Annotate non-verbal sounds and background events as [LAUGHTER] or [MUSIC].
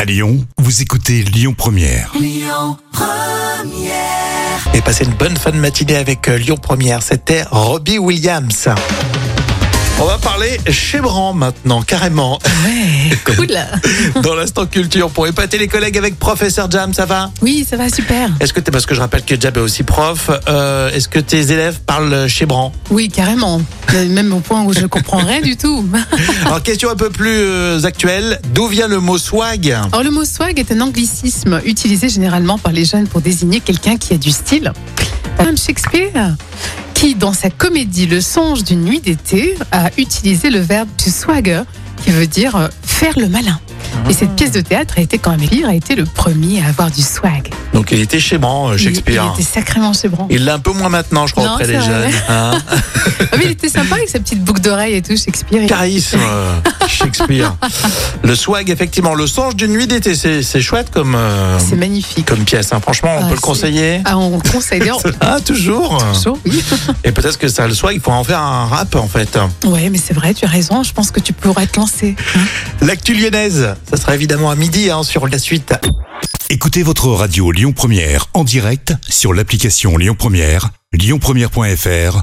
À Lyon, vous écoutez Lyon Première. Et passez une bonne fin de matinée avec euh, Lyon Première. C'était Robbie Williams. On va parler chez Bran maintenant, carrément. [LAUGHS] Cool. Dans l'instant culture, pour épater les collègues avec professeur Jam, ça va Oui, ça va super. Est-ce que t'es, parce que je rappelle que Jam est aussi prof, euh, est-ce que tes élèves parlent euh, chez Bran Oui, carrément. Même au point où je comprends rien du tout. Alors, question un peu plus euh, actuelle, d'où vient le mot swag Alors, le mot swag est un anglicisme utilisé généralement par les jeunes pour désigner quelqu'un qui a du style. Par exemple, Shakespeare, qui, dans sa comédie Le songe d'une nuit d'été, a utilisé le verbe to swagger, qui veut dire euh, faire le malin. Et cette pièce de théâtre a été quand même pire, a été le premier à avoir du swag. Donc il était chez Bran, euh, Il- Shakespeare. Il, était sacrément chebrant. Il l'a un peu moins maintenant, je crois, Non, auprès des c'est vrai. jeunes. hein. Ah, mais il était sympa avec sa petite boucle d'oreille et tout, Shakespeare. il- [LAUGHS] charisme, euh, Shakespeare. Le swag, effectivement, le songe d'une nuit d'été, c'est c'est chouette comme, euh, C'est magnifique. comme pièce. hein. Franchement, on Ah, peut le c'est- conseiller. Ah, on conseille d'ailleurs. Ah, toujours Toujours, oui. Et peut-être que ça, le swag, il faut en faire un rap, en fait. Ouais, mais c'est vrai, tu as raison. Je pense que tu pourrais te lancer. L'actu lyonnaise, ça sera évidemment à midi hein, sur la suite. Écoutez votre radio Lyon Première en direct sur l'application Lyon Première, lyonpremière.fr